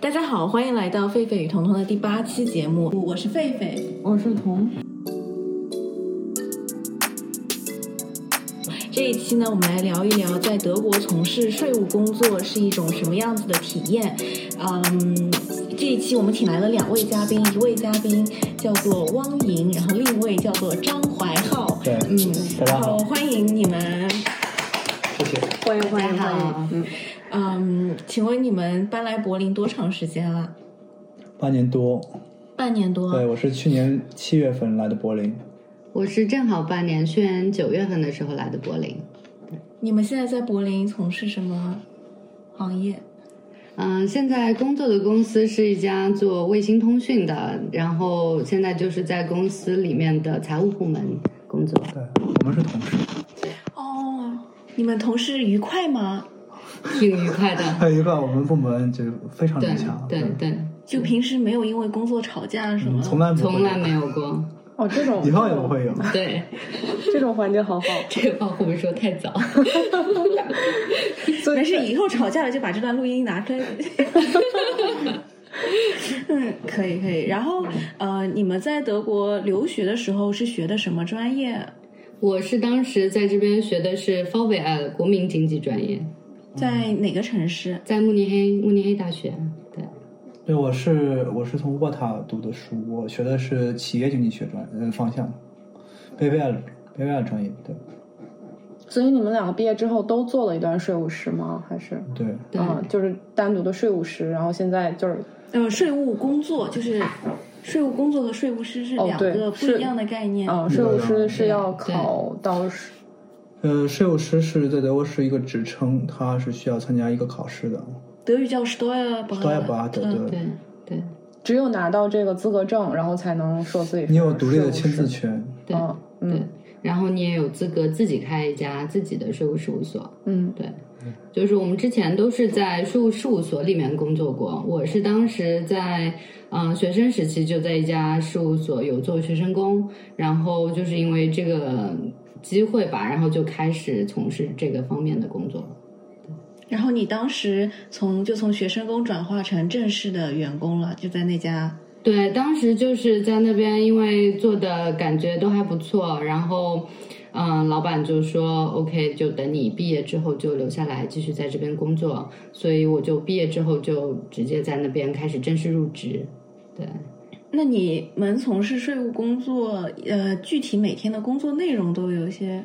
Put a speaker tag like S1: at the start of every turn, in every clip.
S1: 大家好，欢迎来到狒狒与彤彤的第八期节目。
S2: 我是狒狒，
S1: 我是彤。这一期呢，我们来聊一聊在德国从事税务工作是一种什么样子的体验。嗯，这一期我们请来了两位嘉宾，一位嘉宾叫做汪莹，然后另一位叫做张怀浩。
S3: 对
S1: 嗯，
S3: 大家
S1: 然
S3: 好
S1: 后欢迎你们。
S3: 谢谢。
S2: 欢迎欢
S1: 大
S2: 迎
S1: 家好
S2: 欢迎，嗯，
S1: 嗯，请问你们搬来柏林多长时间了？
S3: 八年多，
S1: 半年多。
S3: 对我是去年七月份来的柏林，
S4: 我是正好半年，去年九月份的时候来的柏林。
S1: 你们现在在柏林从事什么行业？
S4: 嗯，现在工作的公司是一家做卫星通讯的，然后呃现在就是在公司里面的财务部门工作。
S3: 对我们是同事，
S1: 哦，你们同事愉快吗？
S4: 挺愉快的。
S3: 还有一个我们部门就非常
S4: 对
S3: 融洽，
S4: 对对，
S1: 就平时没有因为工作吵架什么
S3: 嗯，
S1: 的？
S3: 从来不会
S4: 从来没有过。
S2: 哦，这种
S3: 以后也不会有。
S4: 对，
S2: 这种环境好好，
S4: 这个话会不会说太早？
S1: 没事，以后吵架了就把这段录音拿出来。 嗯，可以可以。然后呃，你们在德国留学的时候是学的什么专业？
S4: 我是当时在这边学的是 VWL 国民经济专业，
S1: 在哪个城市？
S4: 在慕尼黑慕尼黑大学。对，
S3: 对，我是我是从沃塔读的书，我学的是企业经济学专呃方向，BVL BVL 专业，对
S2: 所以你们两个毕业之后都做了一段税务师吗？还是？
S3: 对
S4: 对
S2: 嗯，就是单独的税务师，然后现在就是
S1: 呃，税务工作就是税务工作和税务师是
S2: 哦
S1: 两
S2: 对
S1: 个不
S2: 是
S1: 一样的概念。
S2: 嗯，税务师是要考到是
S3: 呃，税务师是在德国是一个职称，它是需要参加一个考试的，
S1: 德语叫 Steuerberater。
S3: 多亚巴的，
S1: 嗯
S3: 对
S4: 嗯对对
S2: 只有拿到这个资格证，然后才能说自己是
S3: 你有独立的
S2: 税务师
S3: 签字。权，
S4: 对
S2: 嗯
S4: 对
S2: 嗯，
S4: 然后你也有资格自己开一家自己的税务事务所。
S2: 嗯，
S4: 对，就是我们之前都是在税务事务所里面工作过。我是当时在嗯、呃学生时期就在一家事务所有做学生工，然后就是因为这个机会吧，然后就开始从事这个方面的工作了。
S1: 然后你当时从就从学生工转化成正式的员工了，就在那家。
S4: 对，当时就是在那边，因为做的感觉都还不错，然后，嗯，老板就说 OK，就等你毕业之后就留下来继续在这边工作，所以我就毕业之后就直接在那边开始正式入职。对，
S1: 那你们从事税务工作，呃，具体每天的工作内容都有一些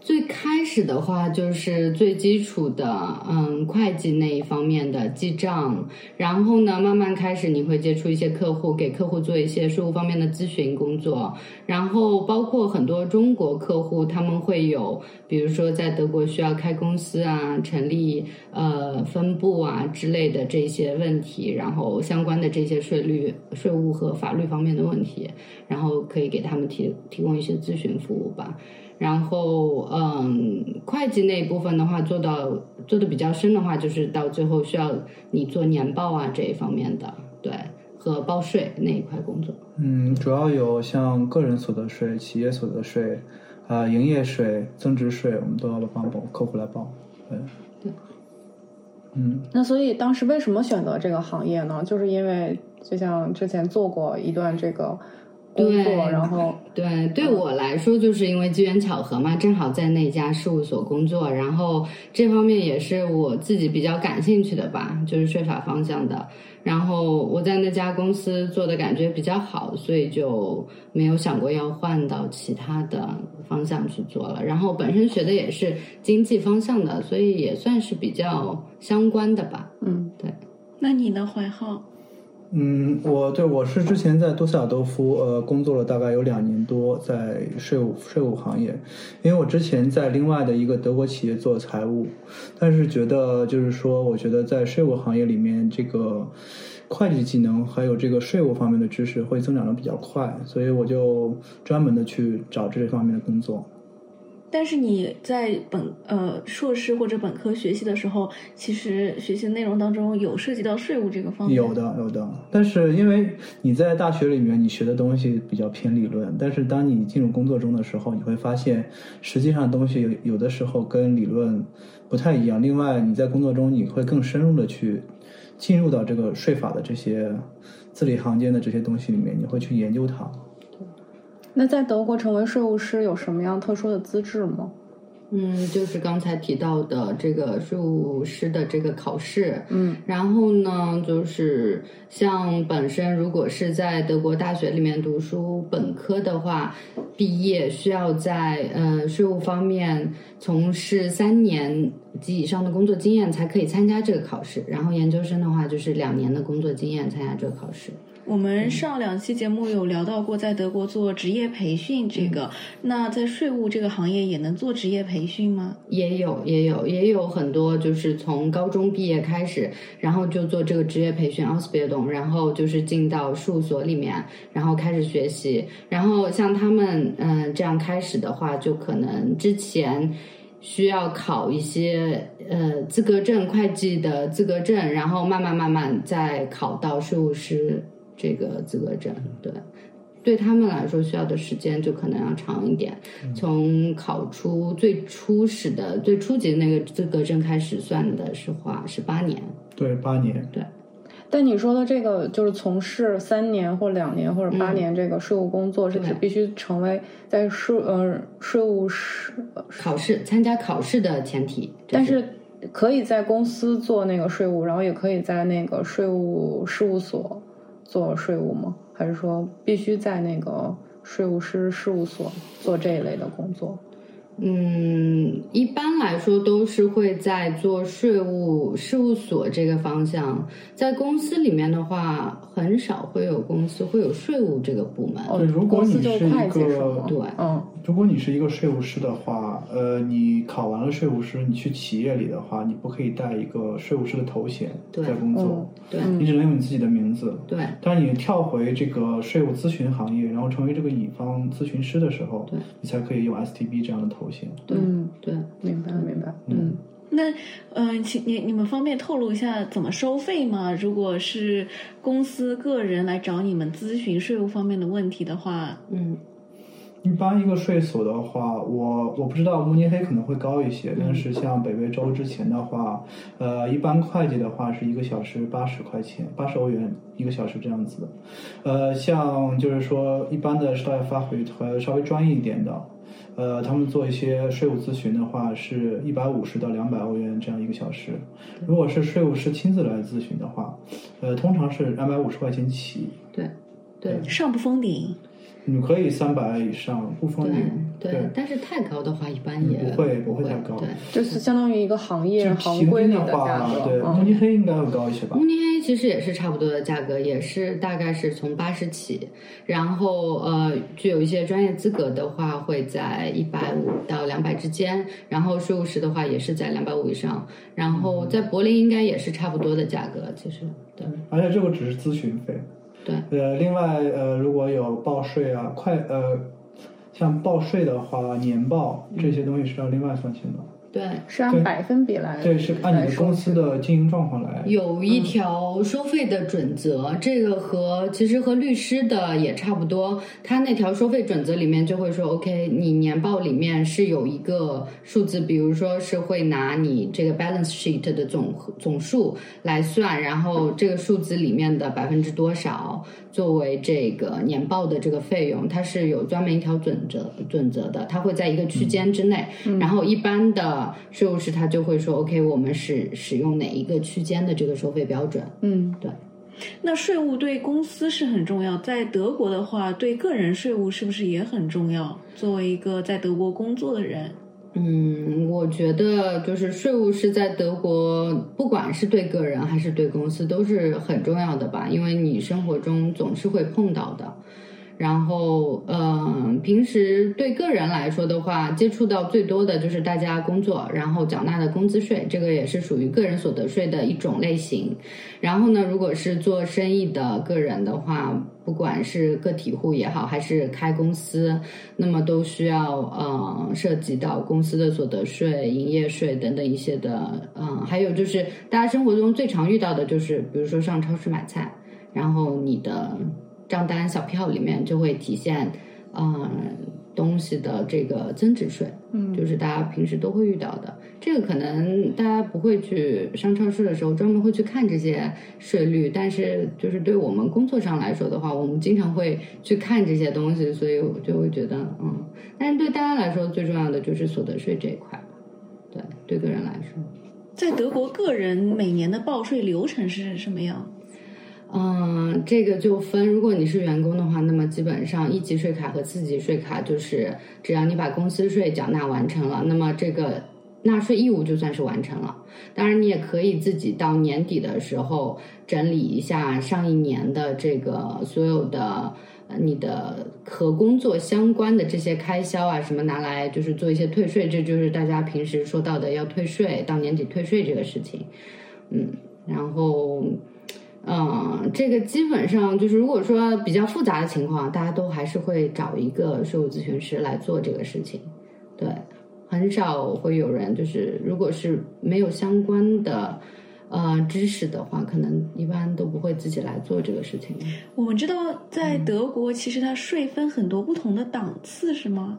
S4: 最开始的话就是最基础的，嗯，会计那一方面的记账，然后呢，慢慢开始你会接触一些客户，给客户做一些税务方面的咨询工作，然后包括很多中国客户，他们会有，比如说在德国需要开公司啊、成立呃分部啊之类的这些问题，然后相关的这些税率、税务和法律方面的问题，然后可以给他们提提供一些咨询服务吧。然后，嗯，会计那一部分的话，做到做的比较深的话，就是到最后需要你做年报啊这一方面的，对，和报税那一块工作。
S3: 嗯，主要有像个人所得税、企业所得税，啊、营业税、增值税，我们都要帮帮客户来报。对，
S4: 对
S3: 嗯，
S2: 那所以当时为什么选择这个行业呢？就是因为就像之前做过一段这个工作，
S4: 对
S2: 然后
S4: 对，对我来说，就是因为机缘巧合嘛，正好在那家事务所工作，然后这方面也是我自己比较感兴趣的吧，就是税法方向的。然后我在那家公司做的感觉比较好，所以就没有想过要换到其他的方向去做了。然后本身学的也是经济方向的，所以也算是比较相关的吧。
S2: 嗯。
S1: 那你呢，怀浩？
S3: 嗯，我对我是之前在多斯塔多夫呃工作了大概有两年多，在税务税务行业，因为我之前在另外的一个德国企业做财务，但是觉得就是说，我觉得在税务行业里面，这个会计技能还有这个税务方面的知识会增长的比较快，所以我就专门的去找这方面的工作。
S1: 但是你在本呃硕士或者本科学习的时候，其实学习的内容当中有涉及到税务这个方面。
S3: 有的，有的。但是因为你在大学里面你学的东西比较偏理论，但是当你进入工作中的时候，你会发现，实际上东西有有的时候跟理论不太一样。另外，你在工作中你会更深入的去进入到这个税法的这些字里行间的这些东西里面，你会去研究它。
S2: 那在德国成为税务师有什么样特殊的资质吗？
S4: 嗯，就是刚才提到的这个税务师的这个考试，
S2: 嗯，
S4: 然后呢，就是像本身如果是在德国大学里面读书本科的话，毕业需要在呃税务方面从事三年及以上的工作经验才可以参加这个考试，然后研究生的话就是两年的工作经验参加这个考试。
S5: 我们上两期节目有聊到过，在德国做职业培训这个，
S3: 嗯
S5: 那在税务这个行业也能做职业培训吗？
S4: 也有，也有，也有很多就是从高中毕业开始，然后就做这个职业培训 o s b i l d u n 然后就是进到事务所里面，然后开始学习。然后像他们，嗯、这样开始的话，就可能之前需要考一些呃资格证，会计的资格证，然后慢慢慢慢再考到税务师这个资格证，对。对他们来说需要的时间就可能要长一点，
S3: 嗯
S4: 从考出最初始的最初级的那个资格证开始算的是话十八年，
S3: 对，八年。
S2: 但你说的这个就是从事三年或两年或者八年这个税务工作，是指
S4: 嗯对
S2: 必须成为在税呃税务师，呃
S4: 考试参加考试的前提。这
S2: 但是可以在公司做那个税务，然后也可以在那个税务事务所做税务吗？还是说必须在那个税务师事务所做这一类的工作？
S4: 嗯，一般来说都是会在做税务事务所这个方向，在公司里面的话，很少会有公司会有税务这个部门。
S2: 哦
S3: 对，如果
S2: 公司
S3: 你
S2: 就是是会
S3: 一
S2: 计是
S3: 个
S2: 吗？
S4: 对
S2: 嗯，
S3: 如果你是一个税务师的话，呃，你考完了税务师，你去企业里的话，你不可以带一个税务师的头衔
S4: 对
S3: 在工作，
S4: 对
S3: 你只能用你自己的名字。
S4: 对，
S3: 当你跳回这个税务咨询行业，然后成为这个乙方咨询师的时候
S4: 对，
S3: 你才可以用 STB 这样的头衔。
S4: 对
S2: 嗯，
S4: 对，
S2: 明白明白，
S3: 嗯
S2: 嗯。
S5: 那，嗯、请你你们方便透露一下怎么收费吗？如果是公司、个人来找你们咨询税务方面的问题的话，
S4: 嗯
S3: 一般一个税所的话，我我不知道慕尼黑可能会高一些，但是像北威州之前的话，呃，一般会计的话是一个小时八十块钱，八十欧元一个小时这样子的。呃，像就是说一般的稍微发回和稍微专业一点的，呃，他们做一些税务咨询的话是一百五十到两百欧元这样一个小时。如果是税务师亲自来咨询的话，呃，通常是两百五十块钱起，
S4: 对对
S5: 上不封顶。
S3: 你可以三百以上不封顶。
S4: 对对，但是太高的话一般
S3: 嗯
S4: 也
S3: 不会不
S4: 不
S3: 会太高
S4: 对，
S2: 就是相当于一个行业行
S3: 平
S2: 规
S3: 均
S2: 里
S3: 的
S2: 价
S3: 话，
S2: 格，嗯
S3: 对，慕尼黑应该会高一些吧
S4: 慕？尼黑其实也是差不多的价格，也是大概是从八十起，然后呃，具有一些专业资格的话会在一百五到两百之间，然后税务师的话也是在两百五以上，然后在柏林应该也是差不多的价格，其实对
S3: 而且这个只是咨询费。
S4: 对，
S3: 呃，另外呃，如果有报税啊，快呃，像报税的话，年报这些东西是要另外算钱的。
S4: 对。
S2: 是按百分比来，
S3: 对，是按
S2: 来
S3: 你的
S2: 收
S3: 公司的经营状况来。
S4: 有一条收费的准则，这个和其实和律师的也差不多。他那条收费准则里面就会说，OK，你年报里面是有一个数字，比如说是会拿你这个 balance sheet 的总和总数来算，然后这个数字里面的百分之多少作为这个年报的这个费用，它是有专门一条准则准则的，它会在一个区间之内。然后一般的税务师他就会说，OK，我们是使用哪一个区间的这个收费标准？
S2: 嗯，
S5: 那税务对公司是很重要，在德国的话，对个人税务是不是也很重要？作为一个在德国工作的人，
S4: 嗯，我觉得就是税务是在德国，不管是对个人还是对公司，都是很重要的吧，因为你生活中总是会碰到的。然后，嗯，平时对个人来说的话，接触到最多的就是大家工作，然后缴纳的工资税，这个也是属于个人所得税的一种类型。然后呢，如果是做生意的个人的话，不管是个体户也好，还是开公司，那么都需要呃涉及到公司的所得税、营业税等等一些的，嗯、还有就是大家生活中最常遇到的就是，比如说上超市买菜，然后你的账单小票里面就会体现，呃嗯、东西的这个增值税，嗯，就是大家平时都会遇到的。这个可能大家不会去上超市的时候专门会去看这些税率，但是就是对我们工作上来说的话，我们经常会去看这些东西，所以我就会觉得嗯，但是对大家来说最重要的就是所得税这一块，对对个人来说。
S5: 在德国，个人每年的报税流程是什么样？
S4: 嗯，这个就分，如果你是员工的话，那么基本上一级税卡和四级税卡就是，只要你把公司税缴纳完成了，那么这个纳税义务就算是完成了。当然，你也可以自己到年底的时候整理一下上一年的这个所有的呃你的和工作相关的这些开销啊，什么拿来就是做一些退税，这就是大家平时说到的要退税，到年底退税这个事情。嗯，然后。嗯，这个基本上就是，如果说比较复杂的情况，大家都还是会找一个税务咨询师来做这个事情。对，很少会有人就是，如果是没有相关的呃知识的话，可能一般都不会自己来做这个事情。
S5: 我们知道，在
S3: 嗯
S5: 德国其实它税分很多不同的档次，是吗？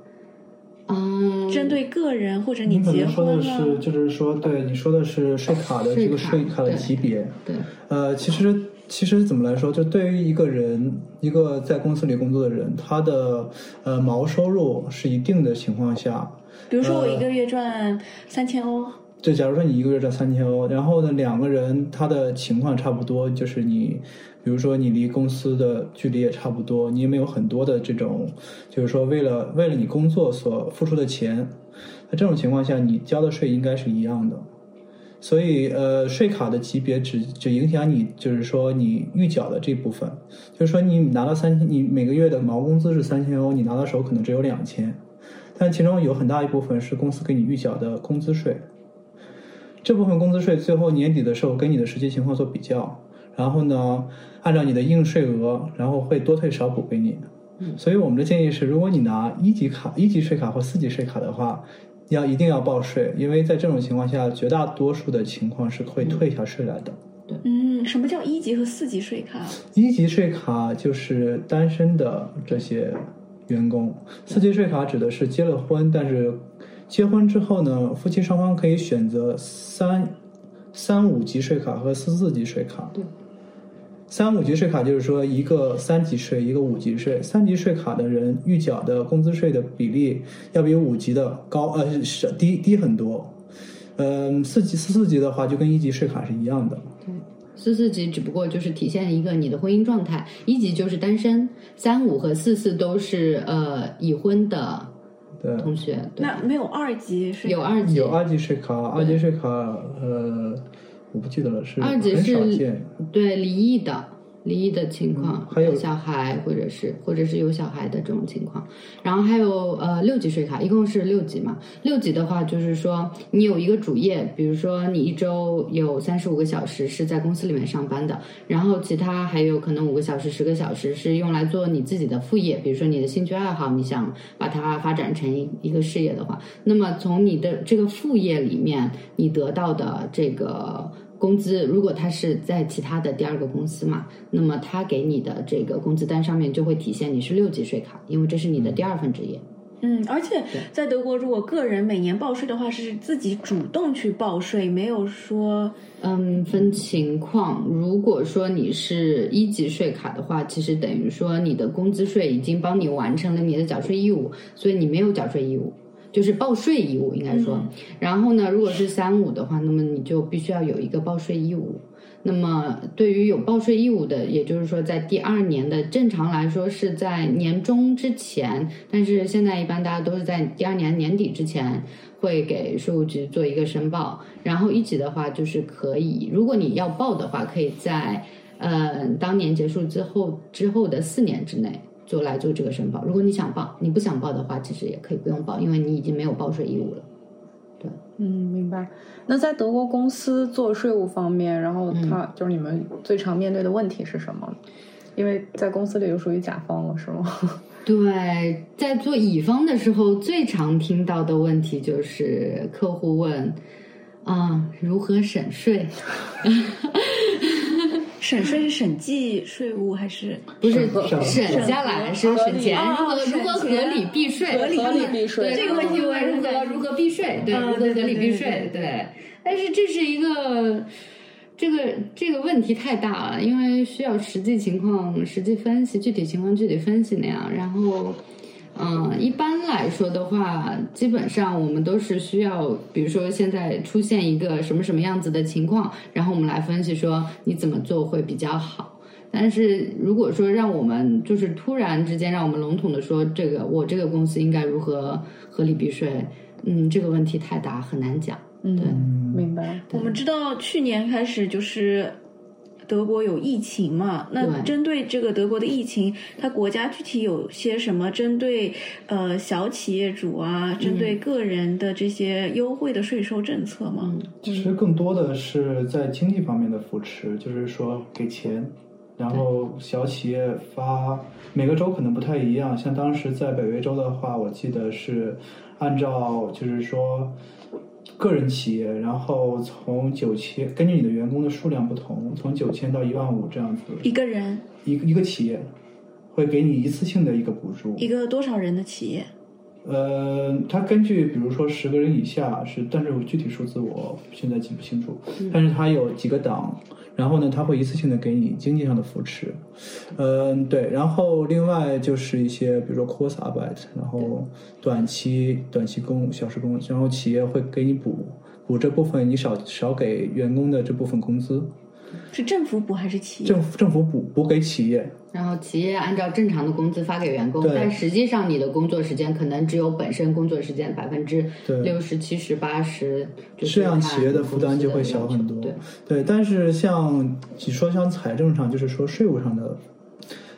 S4: 嗯，
S5: 针对个人或者
S3: 你
S5: 你
S3: 可
S5: 结
S3: 能说
S5: 婚啊
S3: 的是，
S5: 了，
S3: 就是说，对你说的是税卡的这个税卡的级别。
S4: 对，
S3: 呃，其实其实怎么来说，就对于一个人，一个在公司里工作的人，他的呃毛收入是一定的情况下，
S5: 比如说
S3: 呃
S5: 我一个月赚三千欧，
S3: 就假如说你一个月赚三千欧，然后呢，两个人他的情况差不多，就是你，比如说你离公司的距离也差不多，你也没有很多的这种，就是说为了为了你工作所付出的钱，那这种情况下，你交的税应该是一样的。所以，呃，税卡的级别只只影响你，就是说你预缴的这部分，就是说你拿到三千，你每个月的毛工资是三千欧，你拿到手可能只有两千，但其中有很大一部分是公司给你预缴的工资税。这部分工资税最后年底的时候跟你的实际情况做比较，然后呢，按照你的应税额，然后会多退少补给你。所以我们的建议是，如果你拿一级卡、一级税卡或四级税卡的话，要一定要报税，因为在这种情况下，绝大多数的情况是会退下税来的。
S5: 嗯，什么叫一级和四级税卡？
S3: 一级税卡就是单身的这些员工，四级税卡指的是结了婚，但是结婚之后呢，夫妻双方可以选择三三五级税卡和四四级税卡。
S4: 对，
S3: 三五级税卡就是说一个三级税，一个五级税。三级税卡的人预缴的工资税的比例要比五级的高，呃，是低低很多。嗯，四级四四级的话就跟一级税卡是一样的。
S4: 四四级只不过就是体现一个你的婚姻状态，一级就是单身，三五和四四都是呃已婚的
S3: 对，
S4: 同学，对，
S5: 那没有二级税卡
S4: 有二级，
S3: 有二级税卡，二级税卡，呃，我不记得了，是
S4: 二级
S3: 很少
S4: 是
S3: 见。
S4: 对离异的离异的情况，
S3: 嗯还有
S4: 小孩或者是或者是有小孩的这种情况，然后还有呃六级税卡，一共是六级嘛。六级的话就是说你有一个主业，比如说你一周有三十五个小时是在公司里面上班的，然后其他还有可能五个小时、十个小时是用来做你自己的副业，比如说你的兴趣爱好，你想把它发展成一一个事业的话，那么从你的这个副业里面，你得到的这个工资，如果它是在其他的第二个公司嘛，那么它给你的这个工资单上面就会体现你是六级税卡，因为这是你的第二份职业。
S5: 嗯，而且在德国，如果个人每年报税的话，是自己主动去报税，没有说
S4: 嗯，分情况。如果说你是一级税卡的话，其实等于说你的工资税已经帮你完成了你的缴税义务，所以你没有缴税义务，就是报税义务应该说。
S5: 嗯
S4: 然后呢，如果是三五的话，那么你就必须要有一个报税义务。那么对于有报税义务的，也就是说在第二年的，正常来说是在年终之前，但是现在一般大家都是在第二年年底之前会给税务局做一个申报。然后一级的话就是可以，如果你要报的话，可以在呃当年结束之后之后的四年之内做来做这个申报。如果你想报，你不想报的话，其实也可以不用报，因为你已经没有报税义务了。
S2: 嗯，明白。那在德国公司做税务方面，然后
S4: 嗯
S2: 他、就是你们最常面对的问题是什么？因为在公司里就属于甲方了，是吗？
S4: 对，在做乙方的时候，最常听到的问题就是客 户问啊、如何省税。
S5: 省税是审计税务还是
S4: 不是
S3: 省
S4: 省下来是省钱，
S5: 合理
S4: 如何
S5: 哦
S4: 如何
S5: 省
S4: 合
S5: 钱
S4: 理避税，
S5: 合理
S4: 他们
S2: 避税
S4: 对
S5: 这个问题我也
S4: 如
S5: 很
S4: 何
S5: 感兴
S4: 如何避税，对，
S5: 嗯
S4: 如何
S5: 对
S4: 合
S5: 对
S4: 理
S5: 对
S4: 避税，对。但是这是一个这个这个问题太大了，因为需要实际情况实际分析，具体情况具体分析那样，然后。嗯，一般来说的话，基本上我们都是需要，比如说现在出现一个什么什么样子的情况，然后我们来分析说你怎么做会比较好。但是如果说让我们就是突然之间让我们笼统的说这个我这个公司应该如何合理避税，嗯，这个问题太大，很难讲。
S2: 嗯，明白。
S5: 我们知道去年开始就是德国有疫情嘛，那
S4: 对
S5: 针对这个德国的疫情，它国家具体有些什么针对呃小企业主啊，针对个人的这些优惠的税收政策吗？
S3: 其实更多的是在经济方面的扶持，就是说给钱，然后小企业发，每个州可能不太一样。像当时在北威州的话，我记得是按照就是说个人企业，然后从九千根据你的员工的数量不同，从九千到一万五这样子，
S5: 一个人
S3: 一个一个企业会给你一次性的一个补助，
S5: 一个多少人的企业？
S3: 呃，它根据比如说十个人以下是，但是我具体数字我现在记不清楚，但是它有几个档，然后呢，它会一次性的给你经济上的扶持，嗯、对，然后另外就是一些比如说 Kurzarbeit，然后短期短期工小时工，然后企业会给你补补这部分你少少给员工的这部分工资，
S5: 是政府补还是企业？
S3: 政府政府补补给企业，
S4: 然后企业按照正常的工资发给员工
S3: 对，
S4: 但实际上你的工作时间可能只有本身工作时间百分之六十七十八十，就是
S3: 这样
S4: 看
S3: 企业的负担就会
S4: 公司
S3: 小
S4: 的要求
S3: 很多
S4: 对，。
S3: 对，但是像你说像财政上，就是说税务上的，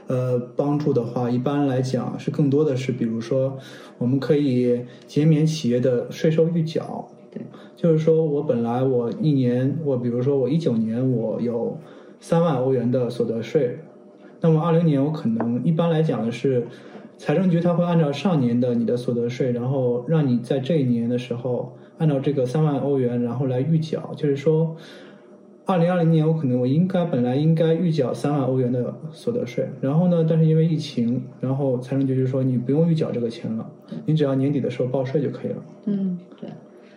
S3: 呃，帮助的话，一般来讲是更多的是，比如说我们可以减免企业的税收预缴。
S4: 对，
S3: 就是说我本来我一年，我比如说我一九年我有三万欧元的所得税，那么二零年我可能一般来讲的是。财政局它会按照上年的你的所得税，然后让你在这一年的时候按照这个三万欧元，然后来预缴，就是说，二零二零年我可能我应该本来应该预缴三万欧元的所得税，然后呢，但是因为疫情，然后财政局就说你不用预缴这个钱了，你只要年底的时候报税就可以了。
S2: 嗯，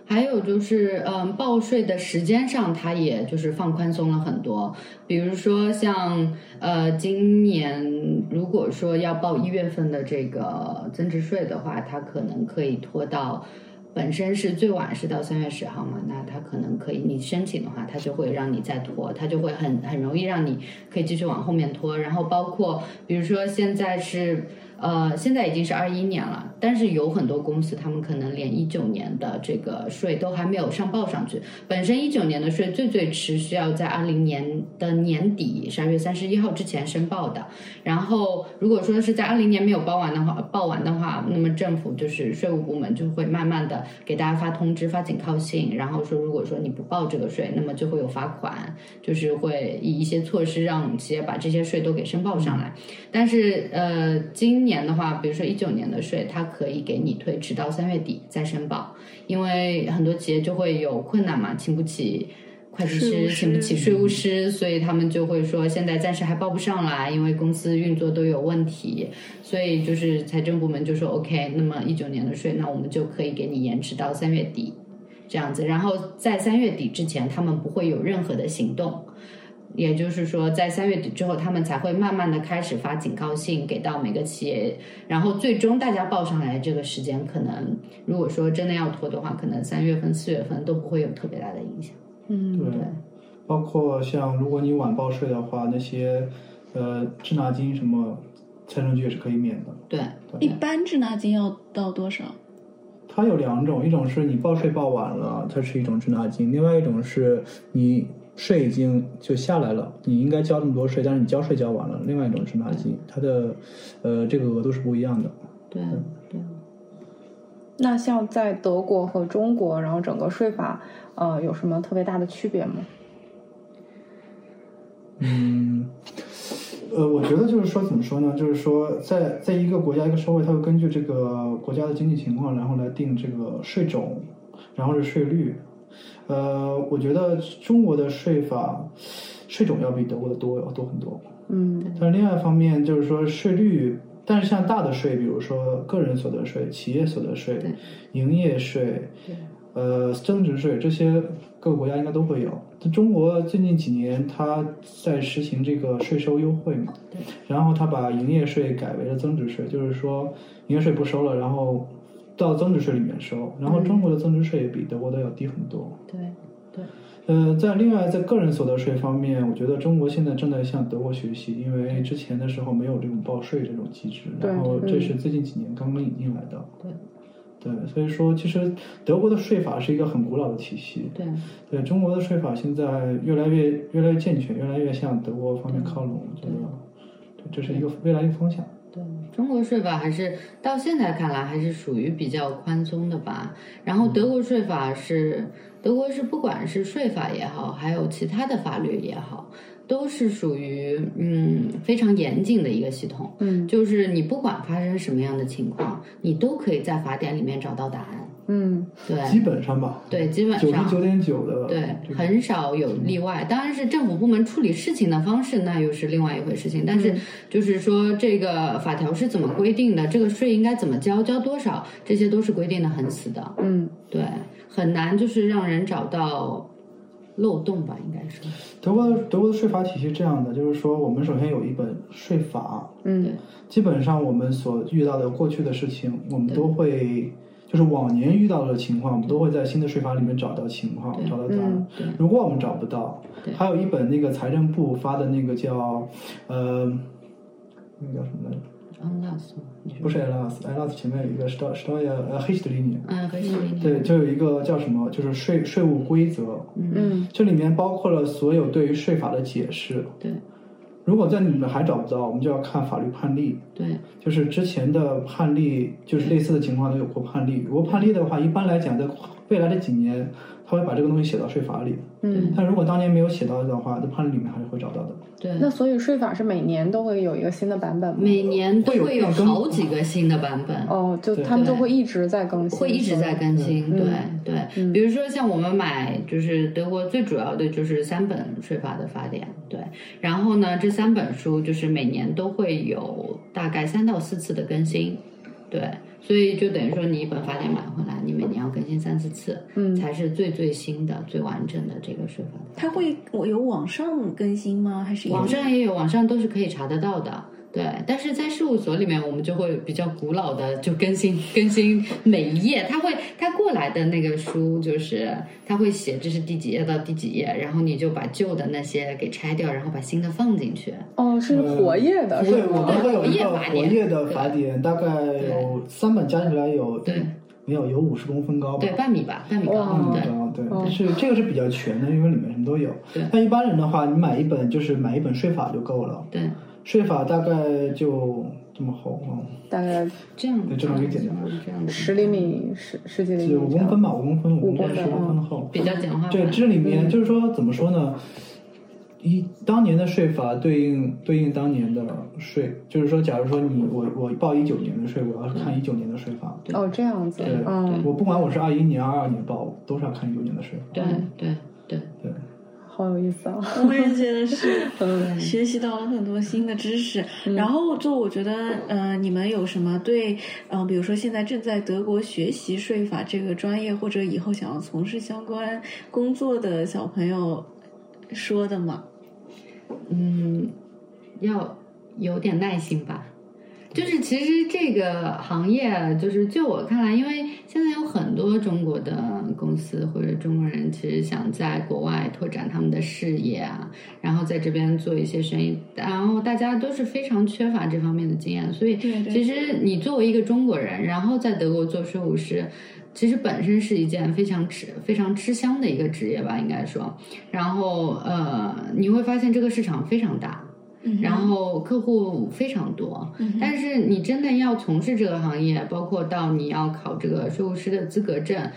S4: 还有就是，嗯，报税的时间上，它也就是放宽松了很多。比如说像，呃，今年如果说要报一月份的这个增值税的话，它可能可以拖到，本身是最晚是到三月十号嘛，那它可能可以，你申请的话，它就会让你再拖，它就会很很容易让你可以继续往后面拖。然后包括比如说现在是。呃，现在已经是二一年了，但是有很多公司，他们可能连一九年的这个税都还没有上报上去。本身一九年的税最最迟需要在二零年的年底十二月三十一号之前申报的。然后，如果说是在二零年没有报完的话，报完的话，那么政府就是税务部门就会慢慢的给大家发通知、发警告信，然后说，如果说你不报这个税，那么就会有罚款，就是会以一些措施让企业把这些税都给申报上来。但是呃，今年的话，比如说一九年的税，它可以给你推迟到三月底再申报，因为很多企业就会有困难嘛，请不起。会计
S5: 税务
S4: 师
S5: 师
S4: 请不起税务师，所以他们就会说现在暂时还报不上来，因为公司运作都有问题，所以就是财政部门就说 OK，那么一九年的税，那我们就可以给你延迟到三月底这样子，然后在三月底之前，他们不会有任何的行动，也就是说，在三月底之后，他们才会慢慢的开始发警告信给到每个企业，然后最终大家报上来这个时间，可能如果说真的要拖的话，可能三月份、四月份都不会有特别大的影响。
S3: 对，包括像如果你晚报税的话，那些呃滞纳金什么，财政局也是可以免的。
S4: 对，
S5: 一般滞纳金要到多少？
S3: 它有两种，一种是你报税报晚了，它是一种滞纳金；另外一种是你税已经就下来了，你应该交那么多税，但是你交税交晚了，另外一种滞纳金，它的呃这个额度是不一样的。
S4: 对，对，
S2: 那像在德国和中国，然后整个税法，呃，有什么特别大的区别吗？
S3: 嗯，呃，我觉得就是说，怎么说呢？就是说在，在一个国家一个社会，它会根据这个国家的经济情况，然后来定这个税种，然后是税率。呃，我觉得中国的税法，税种要比德国的多要多很多。
S2: 嗯
S3: 但是另外一方面就是说税率，但是像大的税，比如说个人所得税、企业所得税
S4: 对、
S3: 营业税、呃增值税这些，各个国家应该都会有。但中国最近几年它在实行这个税收优惠嘛，然后它把营业税改为了增值税，就是说营业税不收了，然后到增值税里面收。然后中国的增值税也比德国的要低很多。
S4: 对对，
S3: 呃，在另外在个人所得税方面，我觉得中国现在正在向德国学习，因为之前的时候没有这种报税这种机制，
S2: 对
S3: 然后
S2: 嗯
S3: 这是最近几年刚刚引进来的。
S4: 对
S3: 对，所以说其实德国的税法是一个很古老的体系，
S4: 对
S3: 对中国的税法现在越来越越来越健全，越来越向德国方面靠拢，我觉得对这是一个未来一个方向。
S4: 对，中国税法还是到现在看来还是属于比较宽松的吧。然后德国税法是德国是不管是税法也好，还有其他的法律也好，都是属于嗯非常严谨的一个系统。
S2: 嗯
S4: 就是你不管发生什么样的情况，你都可以在法典里面找到答案。
S2: 嗯
S4: 对
S3: 基本上吧，
S4: 对，基本
S3: 九十
S4: 上
S3: 九点九的
S4: 对，
S3: 嗯这嗯个
S4: 很少有例外。当然是政府部门处理事情的方式，那又是另外一回事情。但
S3: 嗯
S4: 是就是说，这个法条是怎么规定的，这个税应该怎么交，交多少，这些都是规定的很死的。
S2: 嗯
S4: 对，很难就是让人找到漏洞吧，应该是。
S3: 德国的德国的税法体系是这样的，就是说我们首先有一本税法，
S2: 嗯
S3: 基本上我们所遇到的过去的事情，我们都会就是往年遇到的情况，我们都会在新的税法里面找到情况，找到答案。
S4: 对嗯
S3: 如果我们找不到
S4: 对，
S3: 还有一本那个财政部发的那个叫呃，那个叫什么来着？
S4: ，unless 你说
S3: 不是 LAS，LAS 前面有一个 Steuer Steuer 呃 h i s t o r i
S4: 嗯，和谁理
S3: 对，就有一个叫什么，就是税税务规则，
S2: 嗯
S3: 这里面包括了所有对于税法的解释。
S4: 对
S3: 如果在你们还找不到，我们就要看法律判例。
S4: 对
S3: 就是之前的判例，就是类似的情况都有过判例。如果判例的话，一般来讲，在未来的几年，他会把这个东西写到税法里。
S2: 嗯。
S3: 但如果当年没有写到的话，在判例里面还是会找到的。
S4: 对。
S2: 嗯那所以税法是每年都会有一个新的版本吗？
S4: 每年都
S3: 会有
S4: 会有
S3: 变更
S4: 好几个新的版本，
S2: 哦，就
S3: 对
S2: 他们就会一直在更新，
S4: 会一直在更新，对
S2: 嗯
S4: 对
S2: 嗯
S4: 比如说像我们买，就是德国最主要的就是三本税法的法典，对。然后呢，这三本书就是每年都会有大概三到四次的更新，对。所以就等于说，你一本法典买回来，你每年要更新三四次，
S2: 嗯
S4: 才是最最新的、最完整的这个税法的。
S5: 它会我有网上更新吗？还是有
S4: 网上也有，网上都是可以查得到的。对，但是在事务所里面，我们就会比较古老的就更新 更新每一页，他会他过来的那个书就是他会写这是第几页到第几页，然后你就把旧的那些给拆掉，然后把新的放进去。
S2: 哦，是活页的，是
S3: 对，我
S2: 吗
S3: 们？会有一
S4: 活
S3: 个
S4: 页法
S3: 活
S4: 典
S3: 页的法典，大概有三本加起来有
S4: 对
S3: 没有有五十公分高吧
S4: 对，？半米吧，半米高
S2: 哇。
S4: 对
S3: 嗯对，但是这个是比较全的，因为里面什么都有
S4: 对。
S3: 但一般人的话，你买一本就是买一本税法就够了，
S4: 对，
S3: 税法大概就这么厚啊。嗯
S2: 大概
S4: 这样
S3: 对这么一个简单
S4: 这样的
S2: 十厘，米、十十几厘米
S3: 就
S2: 这
S3: 是
S2: 样，
S3: 五公分吧，五公分，五公
S2: 五公
S3: 分，
S2: 分
S3: 十公分厚。
S4: 比较简化版。
S3: 对，这里面就是说怎么说呢？一当年的税法对应对应当年的税，就是说，假如说你我我报一九年的税，我要是看一九年的税法。
S2: 哦，这样子，
S3: 对，
S2: 嗯，
S3: 我不管我是二一年、二二年报，都是要看一九年的税法。
S4: 对对对
S3: 对，
S2: 好有意思啊，
S5: 我也觉得 是，
S2: 嗯
S5: 学习到了很多新的知识。
S4: 嗯
S5: 然后就我觉得，呃，你们有什么对，呃，比如说现在正在德国学习税法这个专业，或者以后想要从事相关工作的小朋友说的吗？
S4: 嗯，要有点耐心吧。就是其实这个行业，就是就我看来，因为现在有很多中国的公司或者中国人，其实想在国外拓展他们的事业啊，然后在这边做一些生意，然后大家都是非常缺乏这方面的经验，所以
S5: 对对
S4: 其实你作为一个中国人，然后在德国做税务师，其实本身是一件非常吃非常吃香的一个职业吧，应该说。然后呃，你会发现这个市场非常大，
S5: 嗯
S4: 然后客户非常多。
S5: 嗯哼
S4: 但是你真的要从事这个行业，包括到你要考这个税务师的资格证，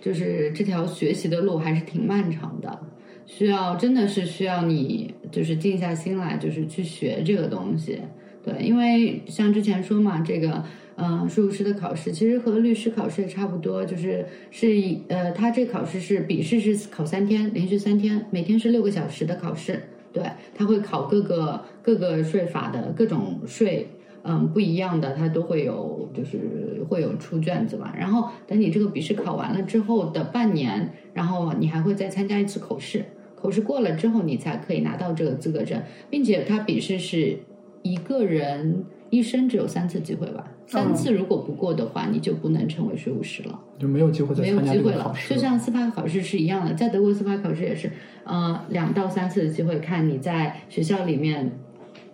S4: 就是这条学习的路还是挺漫长的。需要真的是需要你就是静下心来，就是去学这个东西。对，因为像之前说嘛，这个呃，税务师的考试其实和律师考试也差不多，就是是一呃，他这考试是笔试是考三天，连续三天，每天是六个小时的考试。对，他会考各个各个税法的各种税，嗯，不一样的，他都会有，就是会有出卷子嘛。然后等你这个笔试考完了之后的半年，然后你还会再参加一次口试，口试过了之后，你才可以拿到这个资格证，并且他笔试是一个人一生只有三次机会吧，三次如果不过的话，你就不能成为税务师了。
S3: 就没有机会再
S4: 没有
S3: 参加
S4: 机
S3: 这
S4: 会
S3: 个
S4: 了
S3: 考。试
S4: 就像司法考试是一样的，在德国司法考试也是，呃，两到三次的机会，看你在学校里面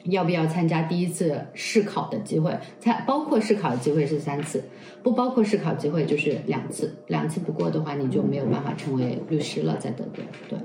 S4: 要不要参加第一次试考的机会，才包括试考的机会是三次，不包括试考机会就是两次，两次不过的话，你就没有办法成为律师了，在德国，对。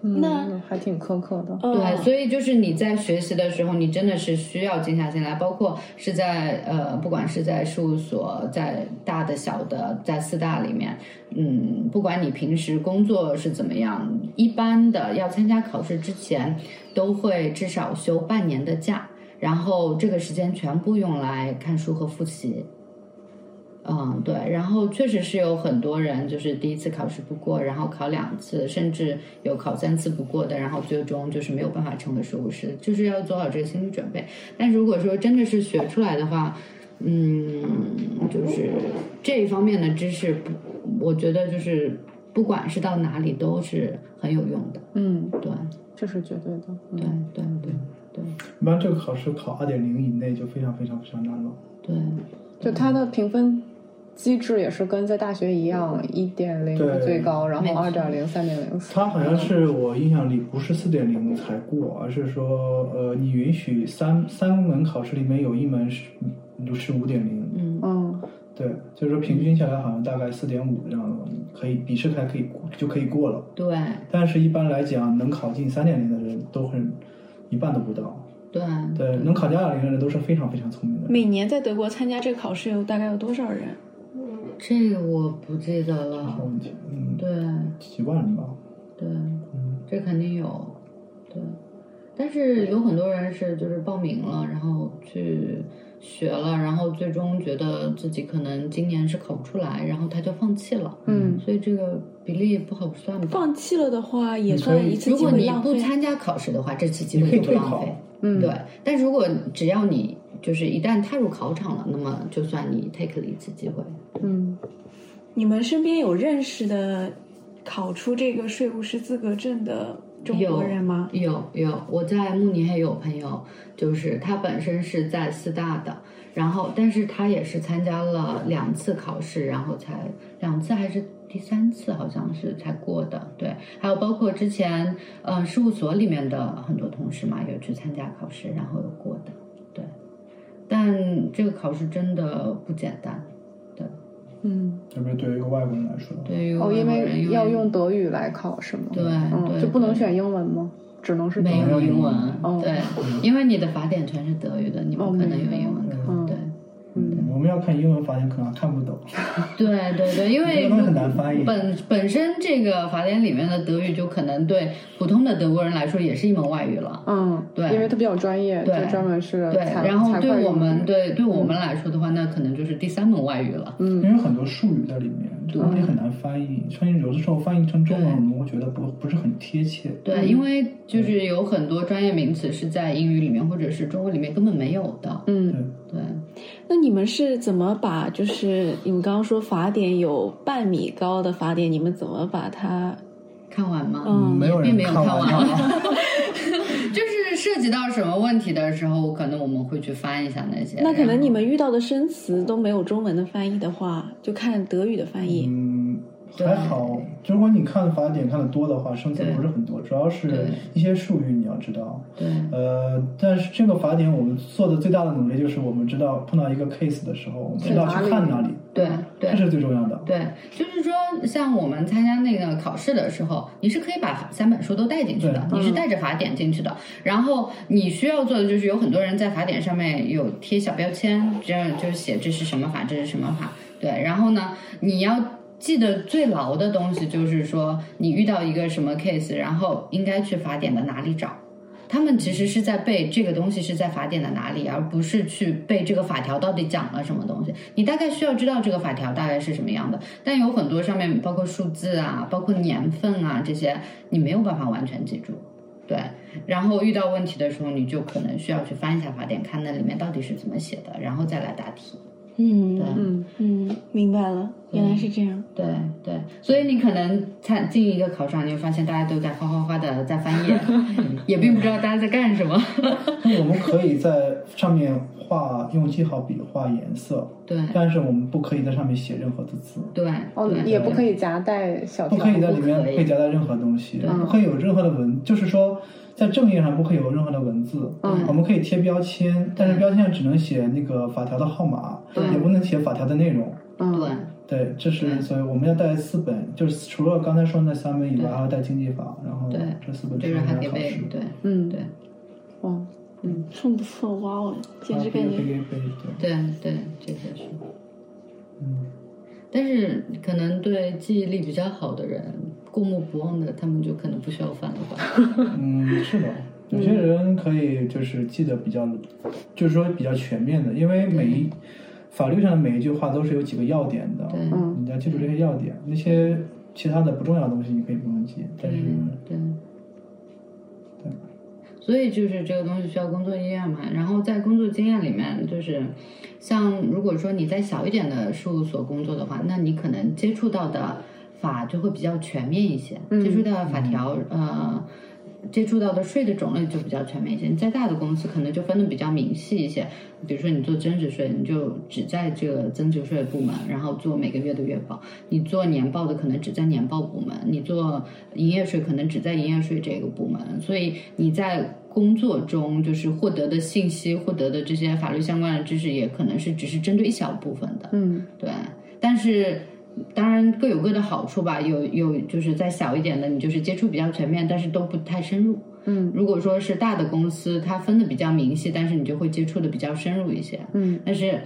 S5: 那
S2: 嗯还挺苛刻的。
S5: 呃哦
S4: 对，所以就是你在学习的时候，你真的是需要静下心来，包括是在呃，不管是在事务所，在大的、小的，在四大里面，嗯，不管你平时工作是怎么样，一般的要参加考试之前，都会至少休半年的假，然后这个时间全部用来看书和复习。嗯，对，然后确实是有很多人就是第一次考试不过，然后考两次，甚至有考三次不过的，然后最终就是没有办法成为税务师，就是要做好这个心理准备。但如果说真的是学出来的话，嗯，就是这一方面的知识，不，我觉得就是不管是到哪里都是很有用的。
S2: 嗯，
S4: 对，
S2: 这是绝对的。嗯
S4: 对，对，对，对，
S3: 一般这个考试考二点零以内就非常非常非常难了。
S4: 对，
S2: 就它的评分机制也是跟在大学一样，一点零
S3: 对
S2: 最高，然
S4: 没
S2: 后
S4: 错
S2: 二点零、三点零、
S3: 它好像是我印象里不是四点零才过，而是说呃，你允许三三门考试里面有一门是是五点零，
S4: 嗯。
S2: 嗯，
S3: 对，就是说平均下来好像大概四点五这样的，可以笔试还可以过就可以过了。
S4: 对
S3: 但是，一般来讲，能考进三点零的人都很一半都不到，
S4: 对
S3: 对，能考进二点零的人都是非常非常聪明的人。
S5: 每年在德国参加这个考试有大概有多少人？
S4: 这个我不记得
S3: 没
S4: 了。
S3: 问题，嗯，
S4: 对
S3: 几万人吧，
S4: 对，
S3: 嗯，
S4: 这肯定有，对。但是有很多人是就是报名了，然后去学了，然后最终觉得自己可能今年是考不出来，然后他就放弃了。
S2: 嗯，
S4: 所以这个比例不好算吧？
S5: 放弃了的话，也
S3: 可以
S5: 算一次
S4: 如
S5: 机
S4: 果
S5: 会
S4: 你
S5: 浪
S4: 不
S5: 费。
S4: 参加考试的话，这次机
S3: 你可
S4: 会
S3: 以
S4: 就不
S3: 退
S4: 浪
S3: 考
S4: 费。。
S2: 嗯
S4: 对，但如果只要你就是一旦踏入考场了，那么就算你 take 了一次机会。
S2: 嗯，
S5: 你们身边有认识的考出这个税务师资格证的中国人吗？
S4: 有有，我在慕尼黑有朋友，就是他本身是在四大的，然后但是他也是参加了两次考试，然后才两次还是第三次好像是才过的。对，还有包括之前呃事务所里面的很多同事嘛，有去参加考试，然后有过的。对，但这个考试真的不简单。
S2: 嗯，
S3: 特别对于一个外国人来说，
S4: 对于
S2: 哦，
S4: 外
S2: 因
S4: 国
S2: 为
S4: 人
S2: 要用德语来考是吗？
S4: 对
S2: 嗯，
S4: 对
S2: 就不能
S4: 对
S2: 选英文吗？只能是德
S4: 没有
S2: 语。
S4: 英文，
S2: 哦
S4: 对，因为你的法典全是德语的，你不
S2: 哦
S4: 可能
S2: 明
S4: 有
S2: 白
S4: 英文考，
S2: 嗯
S4: 对。
S2: 嗯
S3: 我们要看英文法典可能看不懂，
S4: 对对对，因为
S3: 英文很难翻译。
S4: 本本身这个法典里面的德语就可能对普通的德国人来说也是一门外语了。
S2: 嗯，
S4: 对
S2: 因为它比较专业，就
S4: 对
S2: 专门是
S4: 对，
S2: 财
S4: 然后
S2: 财会
S4: 对我
S2: 用的
S4: 们对对我们来说的话，那可能就是第三门外语了。
S3: 因
S2: 嗯
S3: 为有很多术语在里面，
S4: 嗯
S3: 这个东西很难翻译。所以有的时候翻译成中文，我们会觉得不不是很贴切。
S4: 对，因为就是有很多专业名词是在英语里面或者是中文里面根本没有的。
S2: 嗯
S4: 对，
S5: 那你们是怎么把就是你们刚刚说法典有半米高的法典，你们怎么把它
S4: 看完吗？
S5: 嗯
S3: 没有
S4: 并
S3: 人
S4: 没有
S3: 看
S4: 看完
S3: 完。啊
S4: 就是涉及到什么问题的时候，可能我们会去翻一下那些。
S5: 那可
S4: 然
S5: 能
S4: 后
S5: 你们遇到的生词都没有中文的翻译的话，就看德语的翻译。
S3: 嗯，
S4: 对啊
S3: 还好。如果你看法典看的多的话，生词
S4: 对
S3: 不是很多，主要是
S4: 对
S3: 一些术语你要知道。
S4: 对
S3: 呃，但是这个法典我们做的最大的努力就是，我们知道碰到一个 case 的时候，我们知道去看哪里，
S4: 对
S2: 嗯
S4: 对
S3: 这，是最重要的。
S4: 对，就是说，像我们参加那个考试的时候，你是可以把三本书都带进去的，
S2: 对
S4: 你是
S5: 嗯
S4: 带着法典进去的。然后你需要做的就是，有很多人在法典上面有贴小标签，这样就写这是什么法，这是什么法。对，然后呢，你要记得最牢的东西就是说，你遇到一个什么 case，然后应该去法典的哪里找。他们其实是在背这个东西是在法典的哪里，而不是去背这个法条到底讲了什么东西。你大概需要知道这个法条大概是什么样的，但有很多上面包括数字啊，包括年份啊这些，你没有办法完全记住。对，然后遇到问题的时候，你就可能需要去翻一下法典，看那里面到底是怎么写的，然后再来答题。对
S5: 嗯
S2: 嗯，
S5: 嗯，明白了，原来是这样。
S4: 对对，所以你可能参进一个考场，你会发现大家都在哗哗哗的在翻页，也并不知道大家在干什么。
S3: 那我们可以在上面画，用记号笔画颜色，
S4: 对
S3: 但是我们不可以在上面写任何的字，
S4: 对
S2: 哦，
S4: 对，
S2: 也不可以夹带小
S3: 不
S2: 条
S3: 可以在里面
S4: 啊不可以
S3: 可以夹带任何东西，
S4: 嗯
S3: 不可以有任何的文，就是说在正页上不可以有任何的文字。
S2: 嗯
S3: 我们可以贴标签，但是标签上只能写那个法条的号码，
S4: 对
S3: 也不能写法条的内容。
S2: 嗯
S4: 对
S3: 对，这是
S4: 对
S3: 所以我们要带四本，就是除了刚才说的那三本以外，
S4: 对
S3: 还要带经济法，然后
S4: 对
S3: 这四本
S4: 就是
S3: 是我
S4: 还
S3: 们
S4: 得
S3: 要考
S4: 背
S3: 试。，
S4: 对
S2: 嗯
S4: 对
S2: 哦
S5: 真不错，哇哦，简
S3: 啊
S5: 直
S3: 背
S5: 感
S3: 背
S5: 觉
S3: 背背，对，
S4: 对对，这些是。
S3: 嗯。
S4: 但是可能对记忆力比较好的人，过目不忘的，他们就可能不需要翻了 吧？
S3: 嗯， 是的，有些人可以就是记得比较，就是说比较全面的，因为每一法律上的每一句话都是有几个要点的，
S4: 对
S3: 你要记住这些要点，那些其他的不重要的东西你可以不用记，但是
S4: 对。所以就是这个东西需要工作经验嘛，然后在工作经验里面，就是像如果说你在小一点的事务所工作的话，那你可能接触到的法就会比较全面一些，
S2: 嗯
S4: 接触到的法条，呃，接触到的税的种类就比较全面一些。你在大的公司可能就分的比较明细一些，比如说你做增值税，你就只在这个增值税部门，然后做每个月的月报；你做年报的可能只在年报部门，你做营业税可能只在营业税这个部门。所以你在工作中就是获得的信息、获得的这些法律相关的知识，也可能是只是针对一小部分的。
S2: 嗯
S4: 对，但是当然各有各的好处吧。有有就是再小一点的，你就是接触比较全面，但是都不太深入。
S2: 嗯
S4: 如果说是大的公司，它分的比较明细，但是你就会接触的比较深入一些。
S2: 嗯，
S4: 但是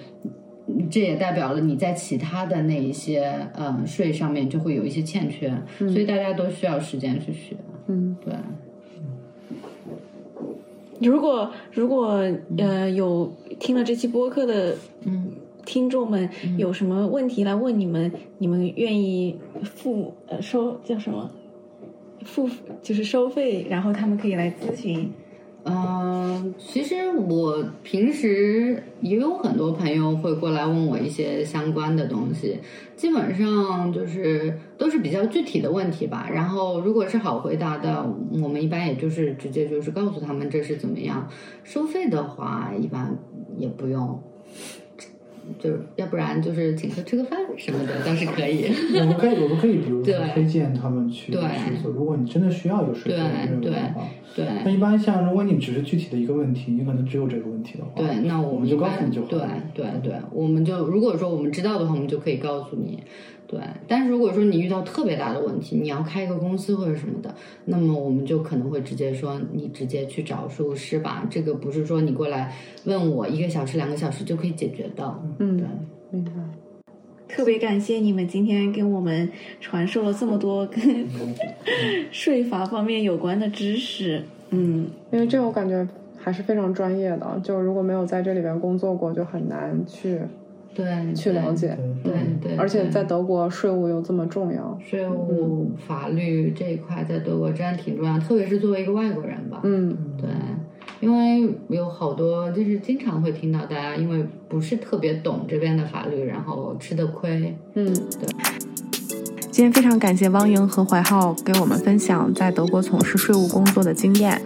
S4: 嗯这也代表了你在其他的那一些呃税上面就会有一些欠缺，所以大家都需要时间去学。
S2: 嗯
S4: 对，
S5: 如果如果呃有听了这期播客的
S4: 嗯，
S5: 听众们有什么问题来问你们，你们愿意付母呃收叫什么？付就是收费，然后他们可以来咨询。
S4: 嗯，其实我平时也有很多朋友会过来问我一些相关的东西，基本上就是都是比较具体的问题吧。然后如果是好回答的，我们一般也就是直接就是告诉他们这是怎么样。收费的话，一般也不用。就是要不然就是请客吃个饭什么的倒是可以，
S3: 我们可以我们可以比如说
S4: 对
S3: 推荐他们去
S4: 对
S3: 去做，如果你真的需要有水
S4: 对
S3: 分
S4: 对
S3: 的话。
S4: 对
S3: 那一般像如果你只是具体的一个问题，你可能只有这个问题的话，
S4: 对，那
S3: 我
S4: 我
S3: 们
S4: 们
S3: 就
S4: 一
S3: 告
S4: 般
S3: 诉你就好
S4: 对
S3: 了。
S4: 对对，我们就如果说我们知道的话，我们就可以告诉你。对，但是如果说你遇到特别大的问题，你要开一个公司或者什么的，那么我们就可能会直接说你直接去找税务师吧。这个不是说你过来问我一个小时、两个小时就可以解决的。对
S2: 嗯，明白。
S5: 特别感谢你们今天给我们传授了这么多跟 税法方面有关的知识。嗯，
S2: 因为这我感觉还是非常专业的，就如果没有在这里边工作过，就很难去
S3: 嗯
S4: 对，
S2: 去了解。
S4: 对。对对，
S2: 而且
S4: 对
S2: 在德国，税务又这么重要。
S4: 税
S3: 嗯
S4: 务法律这一块，在德国真的挺重要，特别是作为一个外国人吧。
S2: 嗯
S4: 对，因为有好多就是经常会听到大家因为不是特别懂这边的法律，然后吃的亏。
S2: 嗯，
S6: 今天非常感谢汪莹和怀浩给我们分享在德国从事税务工作的经验，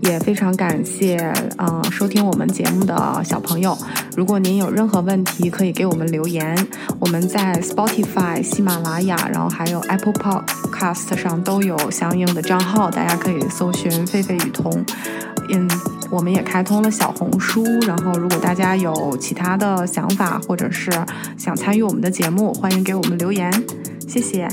S6: 也非常感谢呃收听我们节目的小朋友。如果您有任何问题，可以给我们留言。我们在 Spotify、喜马拉雅，然后还有 Apple Podcast 上都有相应的账号，大家可以搜寻“狒狒与彤”。嗯，我们也开通了小红书，然后如果大家有其他的想法，或者是想参与我们的节目，欢迎给我们留言，谢谢。